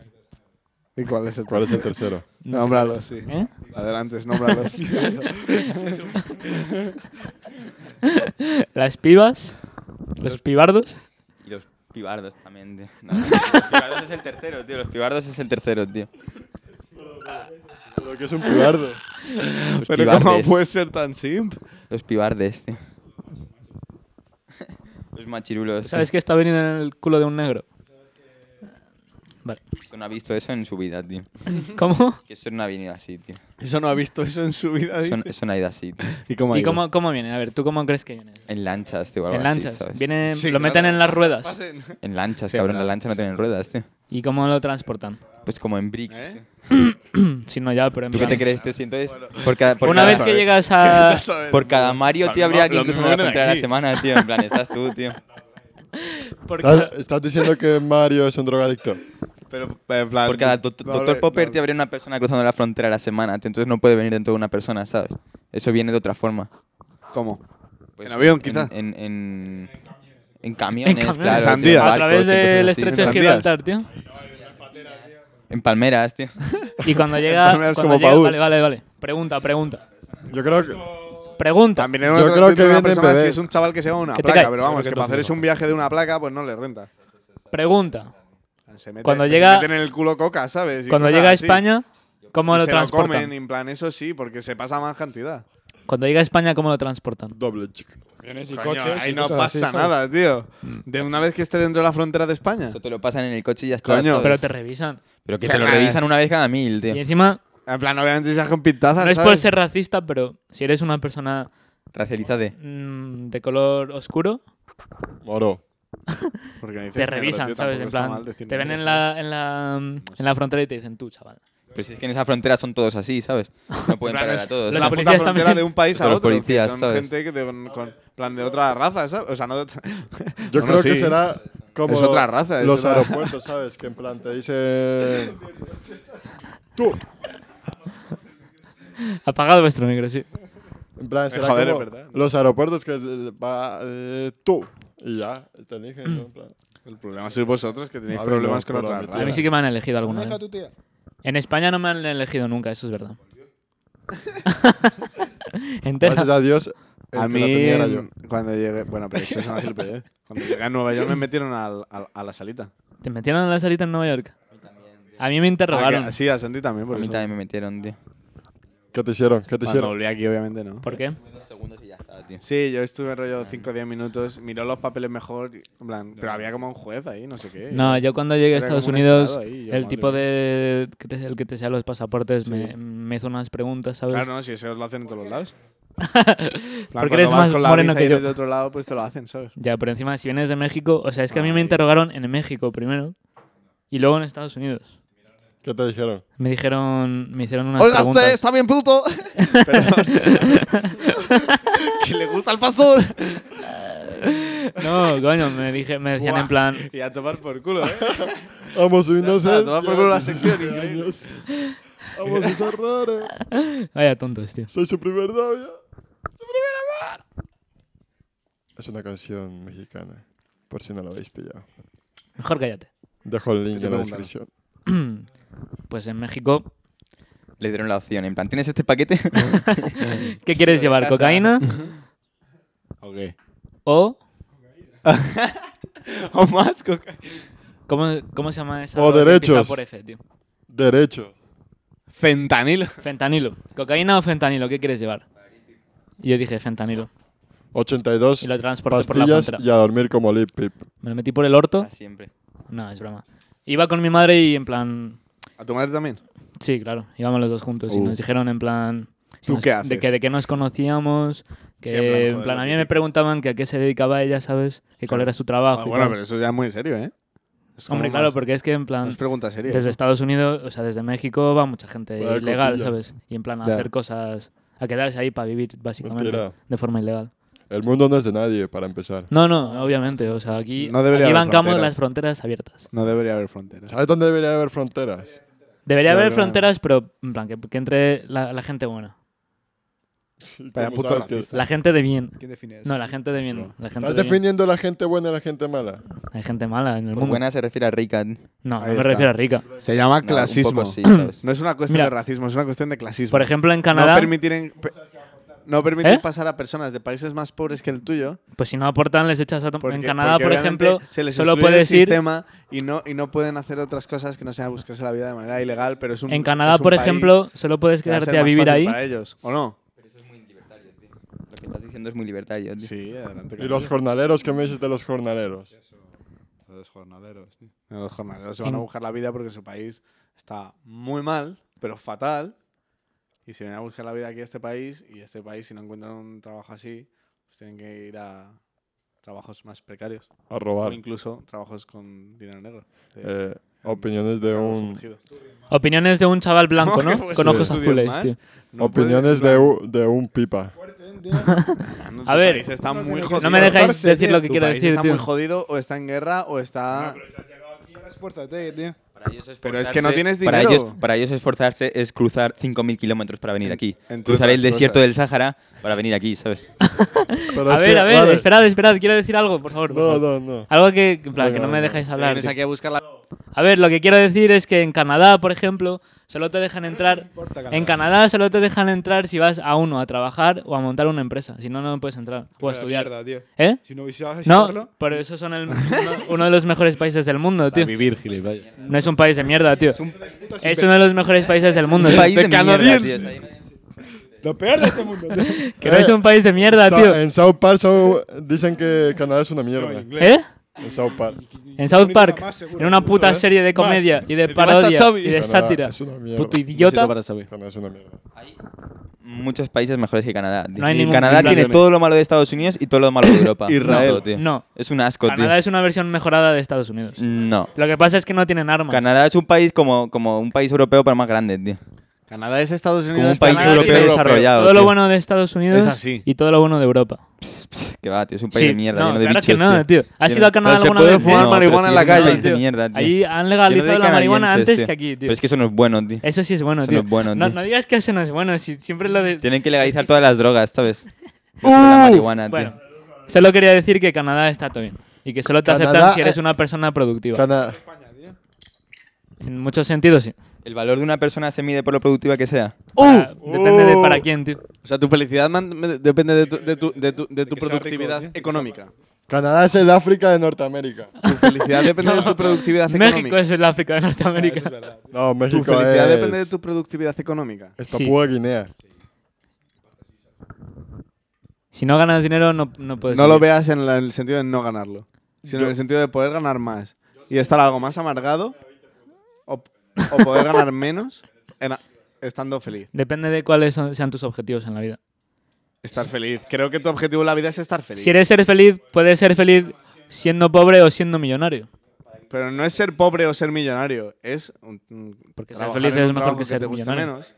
S2: ¿Y cuál es el
S3: ¿Cuál es
S1: (laughs)
S3: el tercero?
S1: No sé
S2: nómbralo,
S1: cuál es.
S2: sí.
S1: ¿Eh?
S2: Adelante, nómbralo.
S1: (laughs) Las pibas, los pibardos.
S4: Y los pibardos
S1: (laughs)
S4: también, tío. No, los pibardos es el tercero, tío. Los pibardos es el tercero, tío.
S3: Pero que es un pibardo.
S4: (laughs) Los
S2: Pero ¿cómo pues?
S4: pibardes.
S2: puede ser tan simp?
S4: Los pibardes, tío. Los machirulos.
S1: ¿Sabes que está venido en el culo de un negro? Vale.
S4: Eso no ha visto eso en su vida, tío.
S1: ¿Cómo?
S4: Que eso no ha venido así, tío.
S2: Eso no ha visto eso en su vida.
S4: Eso, no-
S2: dice.
S4: eso no ha ido así, tío.
S2: ¿Y cómo ha
S1: ¿Y
S2: ido?
S1: cómo, cómo viene? A ver, ¿tú cómo crees que viene?
S4: En lanchas, tío. o algo
S1: En
S4: así,
S1: lanchas.
S4: ¿sabes?
S1: Viene,
S2: Sí,
S1: lo
S2: claro.
S1: meten en las ruedas.
S2: Pasen.
S4: En lanchas,
S2: Sí,
S4: cabrón.
S2: claro.
S4: Las lanchas no tienen ruedas, tío.
S1: ¿Y cómo lo transportan?
S4: Pues como en bricks,
S2: ¿Eh?
S4: tío.
S1: Si no ya, pero en
S4: ¿Tú qué
S1: plan-
S4: te crees, tío? Si entonces, por cada, por
S1: Una
S4: cada-
S1: vez que
S2: saber. (laughs)
S1: llegas
S2: (laughs) Ya
S1: a...
S2: sabes.
S4: por cada Mario, tío,
S2: Lo
S4: habría
S2: mismo-
S4: alguien
S2: lo mismo
S4: cruzando la
S2: viene de
S4: frontera de la
S2: aquí.
S4: semana, tío. En plan, estás tú,
S2: (laughs)
S4: tío.
S1: por
S3: ¿Estás,
S1: cada-
S3: estás diciendo que Mario es un drogadicto?
S2: Pero, en plan,
S4: Por cada
S2: no
S4: doctor
S2: hable-
S4: Popper,
S2: no
S4: tío, habría una persona cruzando la frontera a la semana, tío. Entonces no puede venir dentro de una persona, ¿sabes? Eso viene de otra forma.
S2: hable. ¿Cómo?
S4: Pues,
S2: En avión, quizá.
S4: En, en, en, en camiones,
S1: camiones.
S4: claro.
S2: En
S4: tío,
S2: sandías.
S1: a
S4: barcos
S1: través
S4: y cosas
S1: del
S4: así,
S1: estrecho de
S4: ¿no?
S2: Sandías.
S1: Gibraltar, tío.
S4: En palmeras, tío.
S1: Y cuando
S2: (laughs)
S1: llega...
S2: Palmeras
S1: cuando
S2: como
S1: llega-
S2: Paul.
S1: Vale, vale, vale. Pregunta, pregunta.
S3: Yo creo que.
S1: Pregunta.
S2: También era
S3: Yo
S2: una-
S3: creo
S2: dentro
S3: que
S2: de una
S3: viene
S2: persona
S3: bebé.
S2: si es un chaval que se lleva una
S1: Que te
S2: placa,
S1: calles.
S2: pero
S5: Sabe
S2: vamos,
S5: que
S2: que
S5: tú
S2: para
S5: sí
S2: hacer es
S5: lo
S2: un viaje de una placa, pues no le renta.
S1: Pregunta.
S2: Se mete,
S1: Cuando
S2: se
S1: llega-
S2: meten en el culo coca, ¿sabes? Y
S1: Cuando
S2: cosas
S1: llega a
S2: así.
S1: España, ¿cómo
S2: Y
S1: lo
S2: se lo
S1: transportan?
S2: comen, en plan, eso sí, porque se pasa más cantidad.
S1: Cuando llega a España, ¿cómo lo
S2: Pues,
S1: transportan?
S3: Doble chica.
S5: Vienes y
S2: Coño,
S5: coches.
S2: ahí
S5: y
S2: no
S5: cosas
S2: pasa
S5: así, ¿sabes?
S2: nada, tío. De una vez que esté dentro de la frontera de España.
S4: Eso te lo pasan en el coche y ya está.
S2: Coño.
S4: ¿sabes?
S1: Pero te revisan.
S4: Pero que te lo revisan una vez cada mil, tío.
S1: Y encima,
S2: En plan, obviamente se hacen pintazas,
S1: no es por
S2: ¿sabes?
S1: ser racista, pero si eres una persona
S4: Racialízate.
S1: mm, de color oscuro,
S3: Moro.
S2: Porque me dices
S1: te
S2: negro,
S1: revisan,
S2: tío,
S1: ¿sabes?
S2: tampoco
S1: En
S2: está
S1: plan,
S2: mal decir
S1: te ven
S2: negro,
S1: en la, en, la, en la frontera y te dicen, tú, chaval,
S4: Pues es que en esa frontera son todos así, ¿sabes?
S2: (laughs)
S4: No pueden
S2: En plan,
S4: parar a
S2: es
S4: todos.
S1: Los
S2: la puta
S4: ¿sabes?
S1: policías
S2: frontera
S1: también.
S2: de un país a
S4: Los
S2: otro. que
S4: policías,
S2: son
S4: ¿sabes?
S2: gente que de, con, con- plan de otra raza, ¿sabes? O sea, no de otra-
S3: Yo
S2: Bueno,
S3: creo que
S2: sí.
S3: será como
S2: Es otra raza, es
S3: los
S2: otra-
S3: aeropuertos, ¿sabes? Que en plan te dicen... Tú.
S1: Apagado vuestro micro, sí.
S3: En plan, será
S2: Joder,
S3: como
S2: es verdad.
S3: los aeropuertos que eh, va eh, tú. Y ya, te eligen, ¿no? En plan,
S2: El problema sois vosotros que tenéis
S3: A ver,
S2: problemas
S3: no,
S2: con
S3: por
S2: otra
S3: la
S2: raza.
S1: A mí sí que me han elegido alguna
S5: Maneja
S1: vez.
S5: tu tía.
S1: En España no me han elegido nunca, eso es
S2: (laughs)
S1: verdad. (laughs)
S3: Gracias
S1: Entera.
S3: a Dios, el
S2: A
S3: que la tenía era yo.
S2: mí, cuando llegué. Bueno, pero eso es una gilipollez.
S3: (laughs)
S2: Cuando llegué a Nueva York me metieron al- al- a la salita.
S1: ¿Te metieron en la salita en Nueva York? A mí me
S2: Ah,
S1: interrogaron.
S2: que- Sí, a Santi también, por
S4: A mí
S2: eso.
S4: también me metieron, tío.
S3: ¿Qué te hicieron? ¿Qué te
S2: Cuando
S3: hicieron?
S2: volví aquí, obviamente, ¿no?
S1: ¿Por qué?
S4: Dos segundos y ya está, tío.
S2: Sí, yo estuve rollo 5 o 10 minutos, miró los papeles mejor, y- en plan, pero había como un juez ahí, no sé qué.
S1: No, yo cuando llegué a
S2: Era como
S1: Estados
S2: un
S1: Unidos,
S2: estado ahí, yo,
S1: el
S2: madre
S1: tipo
S2: mía.
S1: de que te- el que te sea los pasaportes
S2: Sí.
S1: me, me hizo unas preguntas, ¿sabes?
S2: Claro, no, si eso lo hacen en todos los lados. En plan,
S1: Porque
S2: cuando
S1: eres
S2: vas
S1: más
S2: con la
S1: moreno
S2: visa
S1: que
S2: y eres
S1: yo.
S2: de otro lado, pues te lo
S1: (laughs)
S2: hacen, ¿sabes?
S1: Ya, pero encima, si vienes de México, o sea, es que a mí me
S2: Ay.
S1: interrogaron en México primero y luego en Estados Unidos.
S3: ¿Qué te dijeron?
S1: Me dijeron, me hicieron unas preguntas.
S5: este
S2: bien puto.
S5: (laughs)
S2: que le gusta al pastor.
S1: No, coño, me, dije, me decían en plan,
S2: Y a tomar por culo, ¿eh?
S3: Vamos, su inocencia.
S2: toma por culo la sección,
S3: de
S2: increíble.
S3: años. Amo sus errores.
S1: vaya tontos, tío.
S3: Soy su primer novio. ¡Su primer amor! Es una canción mexicana, por si no la habéis pillado.
S1: Mejor cállate.
S3: Dejo el link
S2: Yo
S3: en la
S2: preguntaron.
S3: descripción.
S1: Pues en México,
S4: Le dieron la opción, en plan, ¿tienes este paquete?
S1: ¿qué quieres llevar? ¿Cocaína
S2: (laughs) Ok.
S1: o...?
S2: O más coca.
S1: ¿Cómo, cómo se llama esa?
S3: O
S1: droga que empieza
S3: derechos.
S1: Por F, tío?
S3: Derecho.
S2: Fentanilo.
S1: Fentanilo. ¿Cocaína o fentanilo? ¿Qué quieres llevar? Y Yo dije fentanilo. Y
S3: 82
S1: lo transporté por la
S3: pastillas
S1: frontera.
S3: y a dormir como Lip Pip.
S1: Me lo metí por el orto.
S4: (laughs) Para siempre.
S1: No, es broma. Iba con mi madre y en plan...
S2: ¿A tu madre también?
S1: Sí, claro, íbamos los dos juntos y
S2: Uh.
S1: nos dijeron en plan...
S2: ¿Tú
S1: nos-
S2: qué haces?
S1: De que, de qué nos conocíamos, que
S2: Sí, en plan,
S1: en
S2: joder,
S1: plan
S2: lo
S1: a mí me
S2: típico.
S1: preguntaban que a qué se dedicaba ella, ¿sabes? Que cuál
S2: Claro.
S1: era su trabajo. y
S2: Ah, bueno,
S1: tal.
S2: pero eso ya es muy serio, ¿eh? Es como
S1: Hombre,
S2: más-
S1: claro, porque es que en plan...
S2: Es pregunta seria.
S1: Desde Estados Unidos, o sea, desde México va mucha gente
S3: Vaya
S1: ilegal,
S3: cotillas.
S1: ¿sabes? Y en plan a
S2: Ya.
S1: hacer cosas, a quedarse ahí para vivir, básicamente,
S3: Mentira.
S1: de forma ilegal.
S3: El mundo no es de nadie, para empezar.
S1: No, no, obviamente, o sea, aquí,
S2: No debería
S1: aquí
S2: haber
S1: bancamos
S2: fronteras.
S1: las fronteras abiertas.
S2: No debería haber fronteras.
S3: ¿Sabes dónde debería haber fronteras?
S1: Debería
S2: Claro,
S1: haber
S2: claro.
S1: fronteras, pero en plan, que, que entre la, la gente buena.
S2: Vaya
S3: ¿Cómo
S2: puto
S3: sabes que-
S2: racista.
S1: La gente de bien.
S5: ¿Quién define eso?
S1: No, la gente de bien. La gente
S3: ¿Estás
S1: de bien.
S3: definiendo la gente buena y la gente mala?
S1: Hay gente mala en el
S4: Por
S1: mundo.
S4: buena se refiere a rica.
S1: No, no
S2: Pues Ahí
S1: me
S2: está.
S1: refiero a rica.
S2: Se llama
S4: No,
S2: clasismo.
S4: Un poco sí,
S2: (clears throat)
S4: ¿sabes?
S2: No es una cuestión
S1: Mira.
S2: de racismo, es una cuestión de clasismo.
S1: Por ejemplo, en
S2: no
S1: Canadá,
S2: permitir, en- pe- no permitir
S1: ¿Eh?
S2: pasar a personas de países más pobres que el tuyo.
S1: pues si no aportan, les echas a tomar.
S2: Porque,
S1: En Canadá,
S2: porque
S1: por
S2: obviamente
S1: ejemplo,
S2: se les
S1: solo
S2: excluye
S1: puedes
S2: del
S1: ir.
S2: sistema y no, y no pueden hacer otras cosas que no sea buscarse la vida de manera ilegal, pero es un
S1: En Canadá,
S2: es un
S1: por
S2: país
S1: ejemplo, solo puedes
S2: que va a ser
S1: quedarte a
S2: más
S1: vivir
S2: fácil
S1: ahí.
S2: Para ellos, ¿o no?
S4: Pero eso es muy libertario, tío. Lo que estás diciendo es muy libertario, tío.
S2: Sí, adelante.
S3: ¿Y los jornaleros? ¿Qué me dices de los jornaleros?
S5: Los jornaleros, tío.
S2: Los jornaleros se van a
S1: En-
S2: buscar la vida porque su país está muy mal, pero fatal. Y se vienen a buscar la vida aquí a este país y este país, si no encuentran un trabajo así, pues tienen que ir a trabajos más precarios.
S3: A
S2: O
S3: robar.
S2: incluso trabajos con dinero negro. de-
S3: Eh, opiniones de
S2: trabajo
S3: un...
S2: sumergido.
S1: Opiniones de un chaval blanco,
S2: (laughs) ¿Cómo que
S1: ¿no?
S2: puedes
S1: Con
S2: hacer
S1: ojos
S2: estudios
S1: azules,
S2: Pues más?
S1: tío.
S2: No puedes,
S3: Opiniones
S2: claro.
S3: de, u- de un pipa.
S2: Mano,
S1: A
S2: tu
S1: ver,
S2: país está muy
S5: no
S2: jodido.
S1: me dejáis
S2: Esforzarse,
S1: decir lo que
S2: tu
S1: quiero
S2: país
S1: decir,
S2: Está
S1: tío.
S2: muy jodido, o está en guerra, o está.
S5: Esfuérzate, tío.
S4: Para ellos
S2: Pero es que no
S4: esforzarse-
S2: tienes
S4: Para
S2: dinero.
S4: ellos, para ellos esforzarse es cruzar 5.000 kilómetros para venir aquí.
S2: entre
S4: cruzar el
S2: otras
S4: desierto
S2: cosas.
S4: del Sáhara para venir aquí, ¿sabes?
S3: Pero
S1: A
S3: es
S1: ver,
S3: que-
S1: a ver,
S3: vale.
S1: esperad, esperad, quiero decir algo, por favor. por
S3: No,
S1: favor.
S3: no, no.
S1: Algo que, en plan,
S3: Venga,
S1: que no me
S3: venga.
S1: dejáis (laughs) hablar. tío.
S4: a buscar la...
S1: A ver, lo que quiero decir es que en Canadá, por ejemplo, solo te dejan entrar.
S5: importa, Canadá.
S1: En Canadá solo te dejan entrar si vas a uno a trabajar o a montar una empresa. Si no, no puedes entrar. O a
S5: Vaya
S1: Pues estudiar.
S5: mierda, tío.
S1: ¿Eh?
S5: Si no visabas
S1: No, pero eso son el- uno, uno de los mejores países del mundo, tío.
S2: Vivir, gilipollas.
S1: No es un país de mierda, tío. Es uno
S5: imbécil.
S1: de los mejores países del
S4: (laughs)
S1: mundo. tío.
S4: país de mierda,
S5: canadiense.
S4: tío, está ahí.
S5: Lo peor de este mundo, tío.
S1: Que no es un país de mierda,
S3: Sa-
S1: tío.
S3: En South Park son- dicen que Canadá es una
S5: No, en
S3: mierda.
S5: inglés.
S1: ¿Eh?
S3: En South Park.
S1: En South
S5: Un idioma
S1: Park,
S5: más seguro,
S1: en una
S5: seguro,
S1: puta
S5: ¿eh?
S1: serie de
S5: Más.
S1: comedia y de
S2: Encima está
S1: parodia
S2: Xavi.
S1: y de
S3: Canadá
S1: sátira.
S3: Es una mierda.
S1: Puto
S6: Música
S1: idiota.
S6: para Xavi.
S3: Canadá es una mierda.
S4: Hay muchos países mejores que Canadá. tío.
S1: No hay
S4: Y
S1: ningún
S4: Canadá
S1: plan
S4: tiene
S6: de-
S4: todo lo malo de Estados Unidos y todo lo malo de Europa.
S6: Israel.
S4: No, tío.
S1: No,
S4: Es un asco, tío.
S1: Canadá es una versión mejorada de Estados Unidos.
S4: No.
S1: Lo que pasa es que no tienen armas.
S4: Canadá es un país como, como un país europeo, pero más grande, tío.
S6: Canadá es Estados Unidos.
S4: Como un país
S1: Canadá
S6: Canadá es
S4: europeo
S1: europeo.
S4: desarrollado.
S1: Todo lo
S4: tío.
S1: bueno de Estados Unidos
S6: Es así.
S1: y todo lo bueno de Europa.
S4: Que va, tío. Es un país de mierda,
S1: no,
S4: lleno de
S1: claro
S4: bichos,
S1: que no,
S4: tío.
S1: tío. ¿Has
S4: Lleno-
S1: ido a Canadá
S6: Pero se
S1: alguna
S6: puede
S1: vez?
S6: fumar
S1: No,
S6: marihuana
S4: pero
S6: en
S4: sí,
S6: la
S4: es un
S6: calle,
S4: país de
S1: tío.
S4: mierda, tío.
S1: Allí han
S4: Lleno de
S1: legalizado la marihuana
S4: canadienses,
S1: antes
S4: tío.
S1: que aquí, tío.
S4: Pero es que eso no es
S1: (laughs)
S4: bueno, tío.
S1: Eso sí es bueno,
S4: Eso
S1: tío.
S4: no es bueno,
S1: no,
S4: tío.
S1: no digas que eso no es bueno, si siempre lo de...
S4: Tienen que legalizar todas las drogas,
S1: (laughs)
S4: ¿sabes? La marihuana, tío.
S1: Uh. Bueno, solo quería decir que Canadá está todo bien. Y que solo te
S3: Canadá,
S1: aceptan si eres
S3: eh,
S1: una persona productiva.
S3: Canadá.
S1: En muchos sentidos, sí.
S4: ¿El valor de una persona se mide por lo productiva que sea?
S1: Para-
S2: Uh.
S1: depende de para quién, tío.
S2: O sea, tu felicidad man- me- depende de tu, de tu- de tu- de tu
S5: que sea rico,
S2: productividad
S5: tío.
S2: económica.
S3: Canadá es el África de Norteamérica.
S2: Tu felicidad depende de tu productividad
S1: México
S2: económica.
S1: es el África de Norteamérica.
S3: No,
S2: Tu
S3: México
S2: felicidad
S3: es...
S2: depende de tu productividad económica.
S3: Es
S1: Sí.
S3: Papúa Guinea.
S1: si no ganas dinero, no, no puedes...
S2: No lo
S1: vivir.
S2: veas en la- en el sentido de no ganarlo, sino en el sentido de poder ganar más y estar algo más amargado o, o poder ganar menos en a- estando feliz.
S1: Depende de cuáles son- sean tus objetivos en la vida.
S2: Estar feliz. Creo que tu objetivo en la vida es estar feliz.
S1: Si eres ser feliz, puedes ser feliz siendo pobre o siendo millonario.
S2: Pero no es ser pobre o ser millonario, es un- un-
S1: Porque ser
S2: trabajar
S1: feliz
S2: en un
S1: es mejor
S2: trabajo
S1: que ser
S2: te guste
S1: millonario.
S2: menos.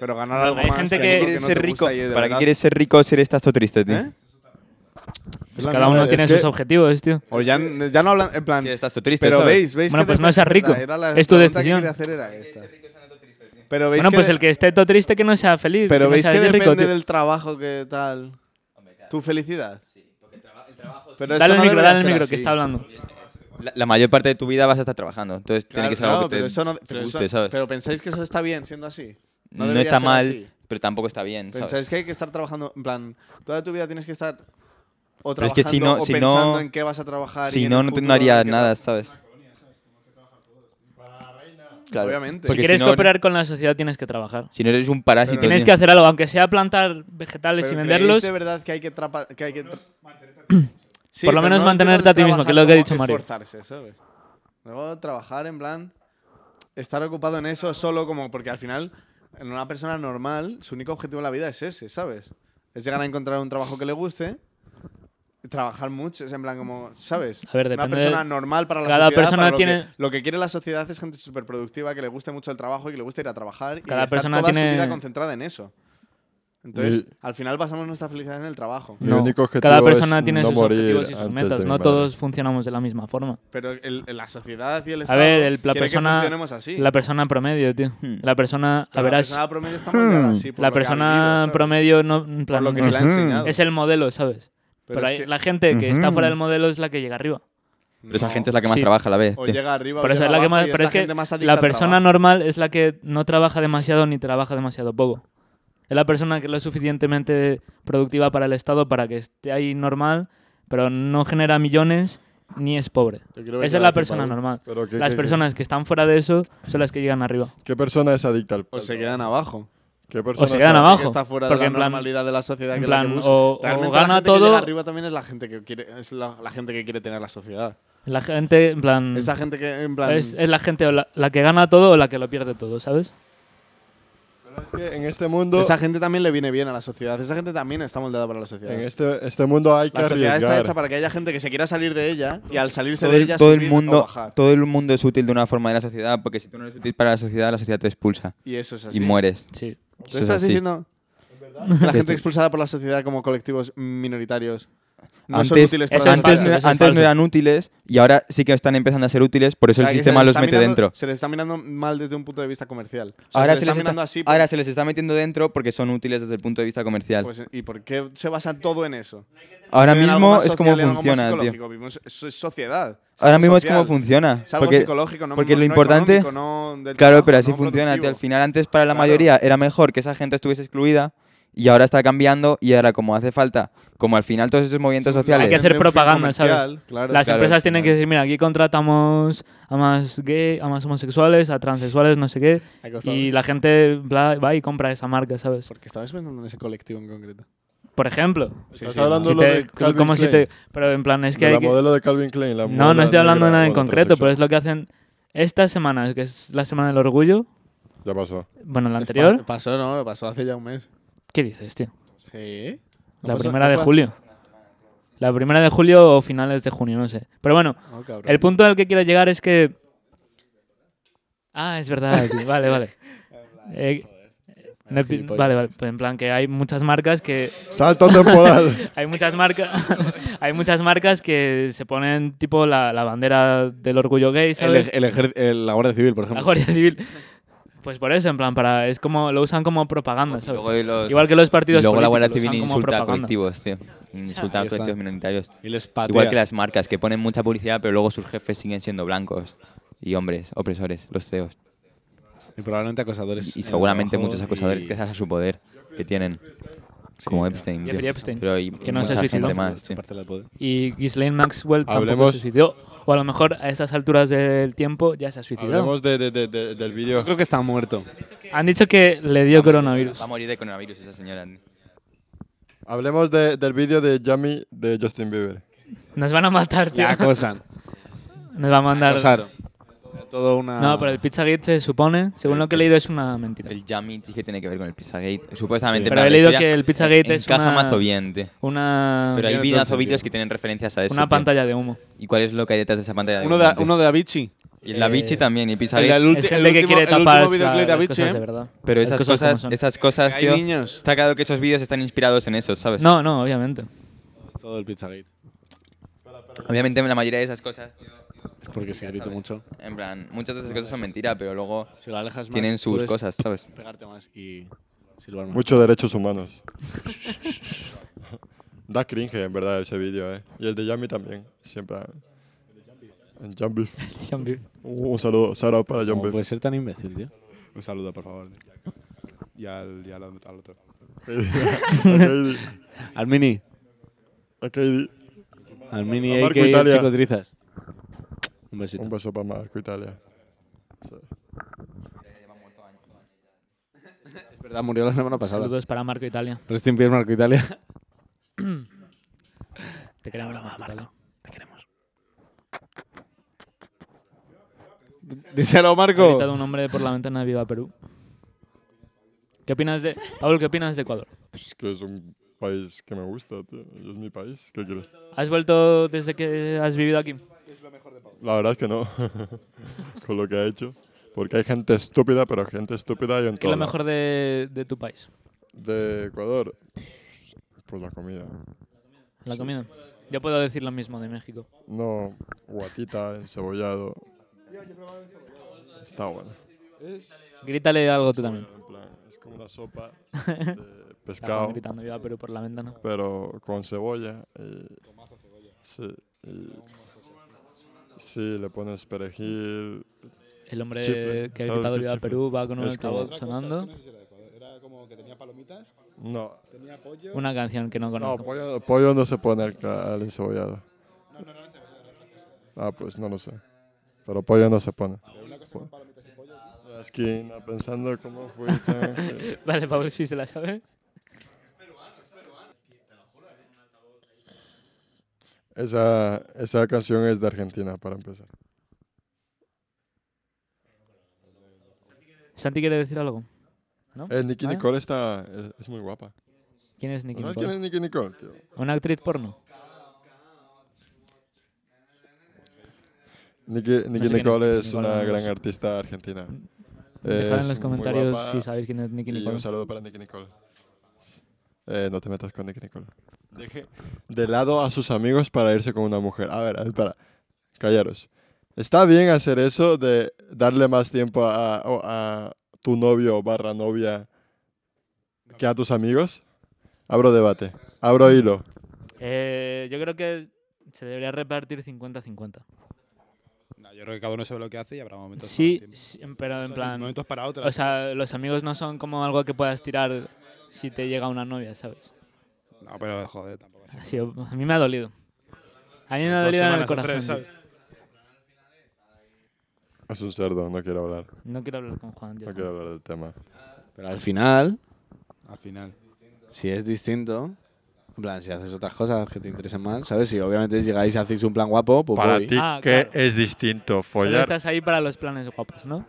S2: Pero ganar
S1: Pero
S2: algo
S1: hay
S2: más
S1: gente
S2: que
S1: que-
S2: algo
S4: ¿Quieres
S2: no
S4: ser
S2: te
S4: rico?
S2: gusta y de
S4: ¿Para qué
S2: verdad-
S4: quieres ser rico si eres tasto triste, tío?
S2: ¿Eh?
S1: Pues cada uno
S3: verdad,
S1: tiene
S3: es
S1: sus
S3: que-
S1: objetivos, tío.
S2: O ya, ya no hablan en plan.
S4: Si eres tasto triste,
S2: Pero
S4: ¿sabes?
S2: veis, veis
S1: Bueno,
S2: que
S1: pues
S2: te-
S1: no seas rico.
S2: Era la
S1: Es tu
S2: pregunta que
S1: decisión.
S2: quería hacer era esta. Pero veis
S1: Bueno,
S2: que
S1: pues el que esté todo triste que no sea feliz.
S2: Pero
S1: no
S2: veis
S1: sea
S2: que
S1: rico,
S2: depende
S1: tío.
S2: del trabajo que tal. Tu felicidad. Pero esto
S1: Dale el
S2: no
S1: micro,
S2: debería
S1: dale el
S2: ser
S1: micro,
S2: así.
S1: que está hablando.
S4: La, la mayor parte de tu vida vas a estar trabajando. Entonces tiene
S2: Claro,
S4: que ser algo
S2: claro,
S4: que te
S2: pero eso no-
S4: guste,
S2: pero eso-
S4: ¿sabes?
S2: Pero pensáis que eso está bien siendo así. No,
S4: No,
S2: debería
S4: está
S2: ser
S4: mal,
S2: así.
S4: pero tampoco está bien, ¿sabes?
S2: Pensáis que hay que estar trabajando. En plan, toda tu vida tienes que estar. O
S4: Pero es
S2: trabajando
S4: que si no-
S2: o
S4: si no-
S2: pensando en qué vas a trabajar. y
S4: si
S2: en
S4: no,
S2: el
S4: no, te-
S2: futuro,
S4: no harías
S2: qué
S4: nada,
S2: tal.
S4: ¿sabes? Claro.
S2: Obviamente.
S1: Si
S4: Porque
S1: quieres
S4: si no,
S1: cooperar con la sociedad, tienes que trabajar.
S4: si no eres un parásito,
S1: Tienes
S4: tío.
S1: que hacer algo, aunque sea plantar vegetales
S2: Pero
S1: y
S2: ¿creéis
S1: venderlos.
S2: de verdad que este hay que, trapa- que hay que tra- Sí,
S1: Por lo
S2: pero
S1: menos
S2: no
S1: mantenerte
S2: digo
S1: a ti
S2: (clears throat)
S1: mismo, que es lo que ha
S2: trabajar
S1: dicho
S2: como
S1: Mario.
S2: Esforzarse, ¿sabes? Luego trabajar en plan, estar ocupado en eso solo como porque al final en una persona normal su único objetivo en la vida es ese, ¿sabes? Es llegar a encontrar un trabajo que le guste. y Trabajar mucho, es en plan como, ¿sabes?
S1: A ver,
S2: Una
S1: depende
S2: persona
S1: de-
S2: normal para la
S1: cada
S2: sociedad.
S1: persona
S2: para lo
S1: tiene-
S2: Que, lo que quiere la sociedad es gente súper productiva, que le guste mucho el trabajo y que le guste ir a trabajar.
S1: Cada
S2: y estar
S1: persona
S2: toda
S1: tiene-
S2: su vida concentrada en eso. Entonces,
S3: Mi-
S2: al final basamos nuestra felicidad en el trabajo.
S3: Mi
S1: No,
S3: único objetivo
S1: cada persona
S3: es
S1: tiene
S3: no
S1: sus
S3: morir
S1: objetivos y sus
S3: antes
S1: metas.
S3: de
S1: No
S3: mi
S1: todos funcionamos de la misma forma.
S2: Pero el- el- la sociedad y el
S1: A
S2: Estado
S1: ver, el- la,
S2: quiere que
S1: persona,
S2: funcionemos así.
S1: la persona promedio, tío.
S4: Hmm.
S1: La persona, a
S2: Pero
S1: verás,
S2: persona promedio está moldeada así por
S1: la
S2: lo que ha
S1: persona
S2: vivido, ¿sabes?
S1: promedio no, en
S2: Por
S1: plan,
S2: lo que se le ha enseñado.
S1: es el modelo, ¿sabes? Pero,
S2: Pero es
S1: hay-
S2: que-
S1: la gente que está fuera del modelo es la que llega arriba.
S4: Pero esa
S2: No.
S4: gente es la que más
S1: Sí.
S4: trabaja a la vez,
S2: O
S4: tío.
S2: llega arriba
S1: Por
S2: o
S1: eso
S2: llega
S1: es la que
S2: abajo
S1: más,
S2: y
S1: pero es que
S2: gente más adicta
S1: la
S2: al
S1: persona
S2: trabajo.
S1: normal es la que no trabaja demasiado ni trabaja demasiado poco. Es la persona que es lo suficientemente productiva para el Estado para que esté ahí normal, pero no genera millones ni es pobre.
S2: Yo creo que
S1: Esa
S2: iba
S1: es
S2: a
S1: la
S2: decir
S1: persona
S2: Pablo.
S1: normal.
S3: Pero ¿qué-
S1: Las
S3: qué-
S1: personas que están fuera de eso son las que llegan arriba.
S3: ¿Qué persona es adicta al
S2: O
S3: al
S2: se
S3: trabajo?
S2: quedan abajo.
S3: ¿Qué persona
S1: se quedan
S3: es-
S1: abajo.
S2: Que está fuera
S1: porque
S2: de
S1: en
S2: la
S1: plan-
S2: normalidad de la sociedad
S1: en
S2: que es la que
S1: plan,
S2: busca.
S1: o- o
S2: Realmente
S1: gana
S2: la gente que
S1: todo-
S2: llega arriba también es la gente que quiere es la, la gente que quiere tener la sociedad.
S1: La gente, en plan.
S2: Esa gente que en plan
S1: Mm. es, es la gente o la, la que gana todo o la que lo pierde todo, ¿sabes?
S3: Pero es que en este mundo,
S2: esa gente también le viene bien a la sociedad. Esa gente también está moldeada para la sociedad.
S4: Eh,
S3: en este, este mundo hay que
S2: La sociedad está
S3: arriesgar.
S2: hecha para que haya gente que se quiera salir de ella y al salirse
S4: Todo
S2: de
S4: el,
S2: ella
S4: todo el
S2: subir o
S4: mundo,
S2: bajar.
S4: todo el mundo es útil de una forma de la sociedad, porque si tú no eres útil para la sociedad, la sociedad te expulsa
S2: Y eso es así.
S4: y mueres.
S1: Sí.
S2: ¿Tú
S4: Eso es
S2: estás
S4: así.
S2: diciendo la gente expulsada por la sociedad como colectivos minoritarios no son
S4: antes
S2: útiles
S1: eso
S2: para
S1: es
S2: la
S4: antes,
S1: falso,
S4: no,
S2: sociedad?
S4: era-
S1: eso es
S4: antes no
S1: falso.
S4: eran útiles y ahora sí que están empezando a ser útiles, por eso
S2: O sea,
S4: el
S2: que se
S4: sistema
S2: les
S4: los
S2: está
S4: mete
S2: mirando-
S4: dentro.
S2: Se les está mirando mal desde un punto de vista comercial. O sea,
S4: Ahora
S2: se, les está mirando así.
S4: ahora se les está metiendo dentro porque son útiles desde el punto de vista comercial.
S2: pues, ¿Y por qué se basa todo en eso?
S4: ahora
S2: En algo
S4: mismo
S2: más
S4: es como
S2: social, en algo más
S4: funciona, tío.
S2: psicológico. Vivimos- eso es sociedad. es
S4: Ahora
S2: algo
S4: mismo es
S2: social,
S4: como funciona.
S2: Es algo
S4: Porque,
S2: psicológico, no
S4: porque lo
S2: no
S4: importante-
S2: económico, no del
S4: claro,
S2: trabajo,
S4: pero así
S2: no
S4: funciona, tío. Al
S2: productivo.
S4: final antes para la
S2: Claro.
S4: mayoría era mejor que esa gente estuviese excluida y ahora está cambiando y ahora como hace falta, como al final todos esos movimientos sociales...
S1: Hay que hacer
S2: Vende un film
S1: propaganda, ¿sabes?
S2: comercial, claro.
S1: Las
S4: Claro,
S1: empresas
S4: al
S1: tienen
S4: final.
S1: que decir, mira, aquí contratamos a más gay, a más homosexuales, a transexuales, no sé qué.
S2: Ha costado
S1: Y
S2: mucho.
S1: la gente bla- va y compra esa marca, ¿sabes?
S2: Porque estabas pensando en ese colectivo en concreto.
S1: Por ejemplo.
S3: Estás
S2: sí,
S3: hablando
S1: Si
S3: lo
S1: te-
S3: de Calvin
S1: como si
S3: Klein.
S1: te- pero en plan, es que
S3: de
S1: hay
S3: la
S1: que-
S3: modelo de Calvin Klein. la
S1: No, no
S3: modelo
S1: estoy hablando de
S3: negra,
S1: nada en
S3: bueno,
S1: concreto, pero es
S3: transexual.
S1: lo que hacen estas semanas, que es la semana del orgullo.
S3: Ya pasó.
S1: Bueno, la anterior.
S2: Pasó, ¿no? Pasó hace ya un mes.
S1: ¿Qué dices, tío?
S2: Sí.
S1: La primera de julio. La primera de julio o finales de junio, no sé. Pero bueno,
S4: Oh,
S1: el punto al que quiero llegar es que. Ah, es
S4: (laughs)
S1: verdad. tío. Vale, vale. Eh, no-
S2: gilipollas.
S1: vale, vale. Pues en plan que hay muchas marcas que (laughs)
S3: Salto temporal.
S1: hay muchas
S4: (laughs)
S1: marcas hay muchas marcas que se ponen tipo la, la bandera del orgullo gay,
S2: El,
S1: ¿sabes?
S2: ej- el ejer- el- la Guardia Civil, por
S1: La
S2: ejemplo.
S1: Guardia Civil. Pues por eso, en plan, para es como lo usan como propaganda, ¿sabes?
S4: Luego, los-
S1: Igual que los partidos
S4: y luego la Guardia
S1: políticos, lo
S4: Civil
S1: usan como
S4: insulta a
S1: propaganda.
S4: colectivos, tío. Insulta a
S2: Ahí está.
S4: colectivos minoritarios.
S2: Y les patea.
S4: Igual que las marcas, que ponen mucha publicidad, pero luego sus jefes siguen siendo blancos y hombres, opresores, los CEOs.
S2: Y probablemente acosadores.
S1: Pues, eh,
S2: Eh,
S4: Y
S2: en el
S4: seguramente
S2: trabajo
S4: muchos acosadores
S2: y-
S4: gracias a su poder que tienen. Como Epstein. tío.
S1: Jeffrey Epstein,
S4: Pero hay
S1: que no se
S4: mucha gente
S1: suicidó.
S4: más, tío.
S2: Parte del poder.
S1: Y Ghislaine Maxwell tampoco
S3: Hablemos-
S1: se suicidó. O a lo mejor a estas alturas del tiempo ya se ha suicidado.
S3: Hablemos de, de- de- de- del vídeo.
S2: Yo creo que está muerto.
S1: Han dicho que le dio coronavirus.
S4: Va a morir de coronavirus esa señora.
S3: Hablemos de- del vídeo de Yami de Justin Bieber.
S1: Nos van a matar, tío.
S2: Le acosan.
S1: Nos va a mandar.
S2: Acosaron. Todo una...
S1: No, pero el Pizzagate se supone, según lo que he leído, es una mentira.
S4: El Yami sí que tiene que ver con el Pizzagate. Supuestamente.
S1: Sí.
S4: en
S1: Pero he
S4: plan, la
S1: leído
S4: historia
S1: que el Pizzagate es
S4: Encaja
S1: una-
S4: mazo bien, tío.
S1: Una,
S4: Pero hay
S2: tiene todo
S4: videos
S2: el
S4: o vídeos
S2: sentido.
S4: que tienen referencias a eso.
S1: una
S4: tío.
S1: pantalla de humo.
S4: ¿Y cuál es lo que hay detrás de esa pantalla? de
S2: Uno de,
S4: Monty?
S2: uno de Avicii.
S4: Y la bichi también, y el Pizzagate.
S2: El del ulti-
S1: es gente que
S2: último-
S1: quiere
S2: el último
S1: tapar
S2: videoclip de
S1: la- las
S2: Avicii,
S1: cosas
S2: ¿eh?
S1: de verdad.
S4: Pero
S1: Las
S4: esas
S1: cosas como
S4: cosas,
S1: son.
S4: esas cosas,
S2: Hay
S4: tío.
S2: niños.
S4: Está claro que esos vídeos están inspirados en eso, ¿sabes?
S1: No, no, obviamente.
S2: Es todo el Pizzagate.
S4: Obviamente la mayoría de esas cosas, tío,
S2: Es porque se grito mucho.
S4: en plan, muchas de esas cosas son mentira, pero luego
S2: Si lo alejas más, pues
S4: tienen sus
S2: puedes
S4: cosas, ¿sabes?
S2: pegarte más y silbar más.
S3: Muchos
S2: (laughs)
S3: derechos humanos. da cringe, en verdad, ese vídeo, ¿eh? Y el de Yami también. Siempre. El Yami. Un un saludo, Sara para
S2: ¿Cómo
S3: Yami.
S2: puede ser tan imbécil, tío?
S5: Un saludo, por favor. Y al, y al, al otro.
S2: Al mini.
S3: A Katie.
S2: Al mini
S3: A Marco
S2: a.k.a.
S3: Italia.
S2: Chico Trizas. Un besito.
S3: Un beso para Marco Italia. Sí.
S2: Es verdad, murió la semana pasada.
S1: Saludos para Marco Italia.
S2: Rest in peace, Marco Italia. (laughs)
S1: Te queremos, Marco. Italia.
S2: Díselo,
S1: Ha
S2: Marco.
S1: gritado un hombre por la ventana de Viva Perú. ¿Qué opinas de. Paul, ¿qué opinas de Ecuador?
S3: Pues que es un país que me gusta, tío. Y Es mi país. ¿Qué quieres?
S1: ¿Has vuelto desde que has vivido aquí?
S3: La verdad es que no. (laughs) Con lo que ha hecho. Porque hay gente estúpida, pero gente estúpida y
S1: ¿Qué
S3: en
S1: es
S3: todo.
S1: lo mejor de, de tu país?
S3: De Ecuador. Pues la comida.
S1: La comida. Yo puedo decir lo mismo de México.
S3: No, guatita, encebollado. Está bueno.
S1: Grítale algo tú también.
S3: En plan, es como una sopa de
S1: Estaban
S3: pescado,
S1: gritando Viva Perú por la ventana.
S3: pero con cebolla. Y, sí, y- sí, le pones perejil.
S1: El hombre
S3: Chifre,
S1: que ha
S3: ¿sabes
S1: gritado
S3: qué
S1: Viva
S3: chifre?
S1: Perú va con un
S3: Es como-
S1: altavoz sonando.
S5: Era como que tenía palomitas,
S3: No,
S5: tenía pollo.
S1: Una canción que no
S3: no
S1: conozco.
S3: pollo, pollo no se pone al, ca- al encebollado. Ah, pues no lo sé. Pero pollo no se pone. La esquina, pensando cómo fuiste.
S1: (laughs) Vale, Paul, sí se la sabe.
S3: Esa, esa canción es de Argentina, para empezar.
S1: Santi quiere decir algo.
S3: Eh, Nicki
S1: ¿Ah?
S3: Nicole está, es, es muy guapa.
S1: ¿Quién es Nicki
S3: ¿Sabes quién
S1: Nicole?
S3: es Nicki Nicole? tío?
S1: ¿Una actriz porno?
S3: Nicki, Nicki
S1: quién es Nicki
S3: Nicole es,
S1: Nicole,
S3: una
S1: no lo
S3: gran
S1: sé.
S3: artista argentina.
S1: Dejad
S3: Es
S1: en los
S3: muy
S1: comentarios
S3: guapa
S1: si sabéis quién es Nicki
S3: Y
S1: Nicole.
S3: un saludo para Nicki Nicole. Eh, no te metas con Nicki Nicole. Deje de lado a sus amigos para irse con una mujer. A ver, a ver, para. Callaros. Está bien hacer eso de darle más tiempo a, o- a tu novio barra novia que a tus amigos. Abro debate. Abro hilo.
S1: Eh, yo creo que se debería repartir 50-50.
S5: No, yo creo que cada uno sabe lo que hace y habrá momentos
S1: Sí,
S5: para un tiempo.
S1: sí, pero
S5: O
S1: en
S5: sea,
S1: plan...
S5: momentos para otras.
S1: O sea, los amigos no son como algo que puedas tirar si te llega una novia, ¿sabes?
S5: no, pero joder, tampoco así.
S1: Ha sido- a mí me ha dolido. A mí me ha
S5: Dos
S1: dolido en el
S5: semanas o
S1: corazón.
S5: tres,
S1: tío.
S5: ¿sabes?
S3: Es un cerdo, no quiero hablar.
S1: No quiero hablar con Juan. yo
S3: No quiero hablar del tema.
S2: Pero al final,
S5: Al final.
S2: si es distinto, En plan, si haces otras cosas que te interesen más, ¿sabes? Si obviamente llegáis y hacéis un plan guapo, pues
S3: para
S2: voy.
S3: ti,
S1: Ah,
S3: ¿qué
S1: claro.
S3: es distinto?
S1: Solo
S3: Follar.
S1: estás ahí para los planes guapos, ¿no?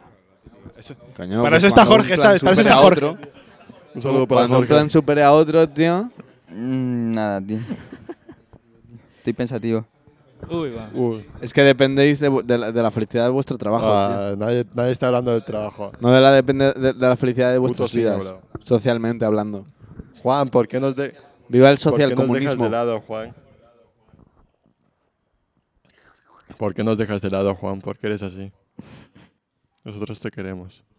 S2: Coño,
S5: Para
S2: pues
S5: eso está
S2: cuando un
S5: Jorge,
S2: plan
S5: ¿sabes? Para
S2: supere
S5: eso está
S2: a
S5: Jorge.
S2: otro-
S3: Un saludo para
S2: cuando un
S3: Jorge.
S2: plan supere a otro, tío.
S4: Mm, Nada,
S2: (laughs)
S4: tío. Estoy pensativo.
S1: Uy, va.
S3: Uy.
S2: Es que dependéis de, vu- de la, de la felicidad de vuestro trabajo, tío.
S3: Ah, nadie, nadie está hablando del trabajo.
S2: No de la, depende de, de la felicidad de vuestras
S3: signo,
S2: vidas,
S3: bro.
S2: socialmente hablando.
S3: Juan, ¿por qué nos, de
S2: Viva el
S3: ¿por qué
S2: social
S3: nos dejas
S2: comunismo.
S3: de lado, Juan? ¿Por qué nos dejas de lado, Juan? ¿Por qué eres así? Nosotros te queremos.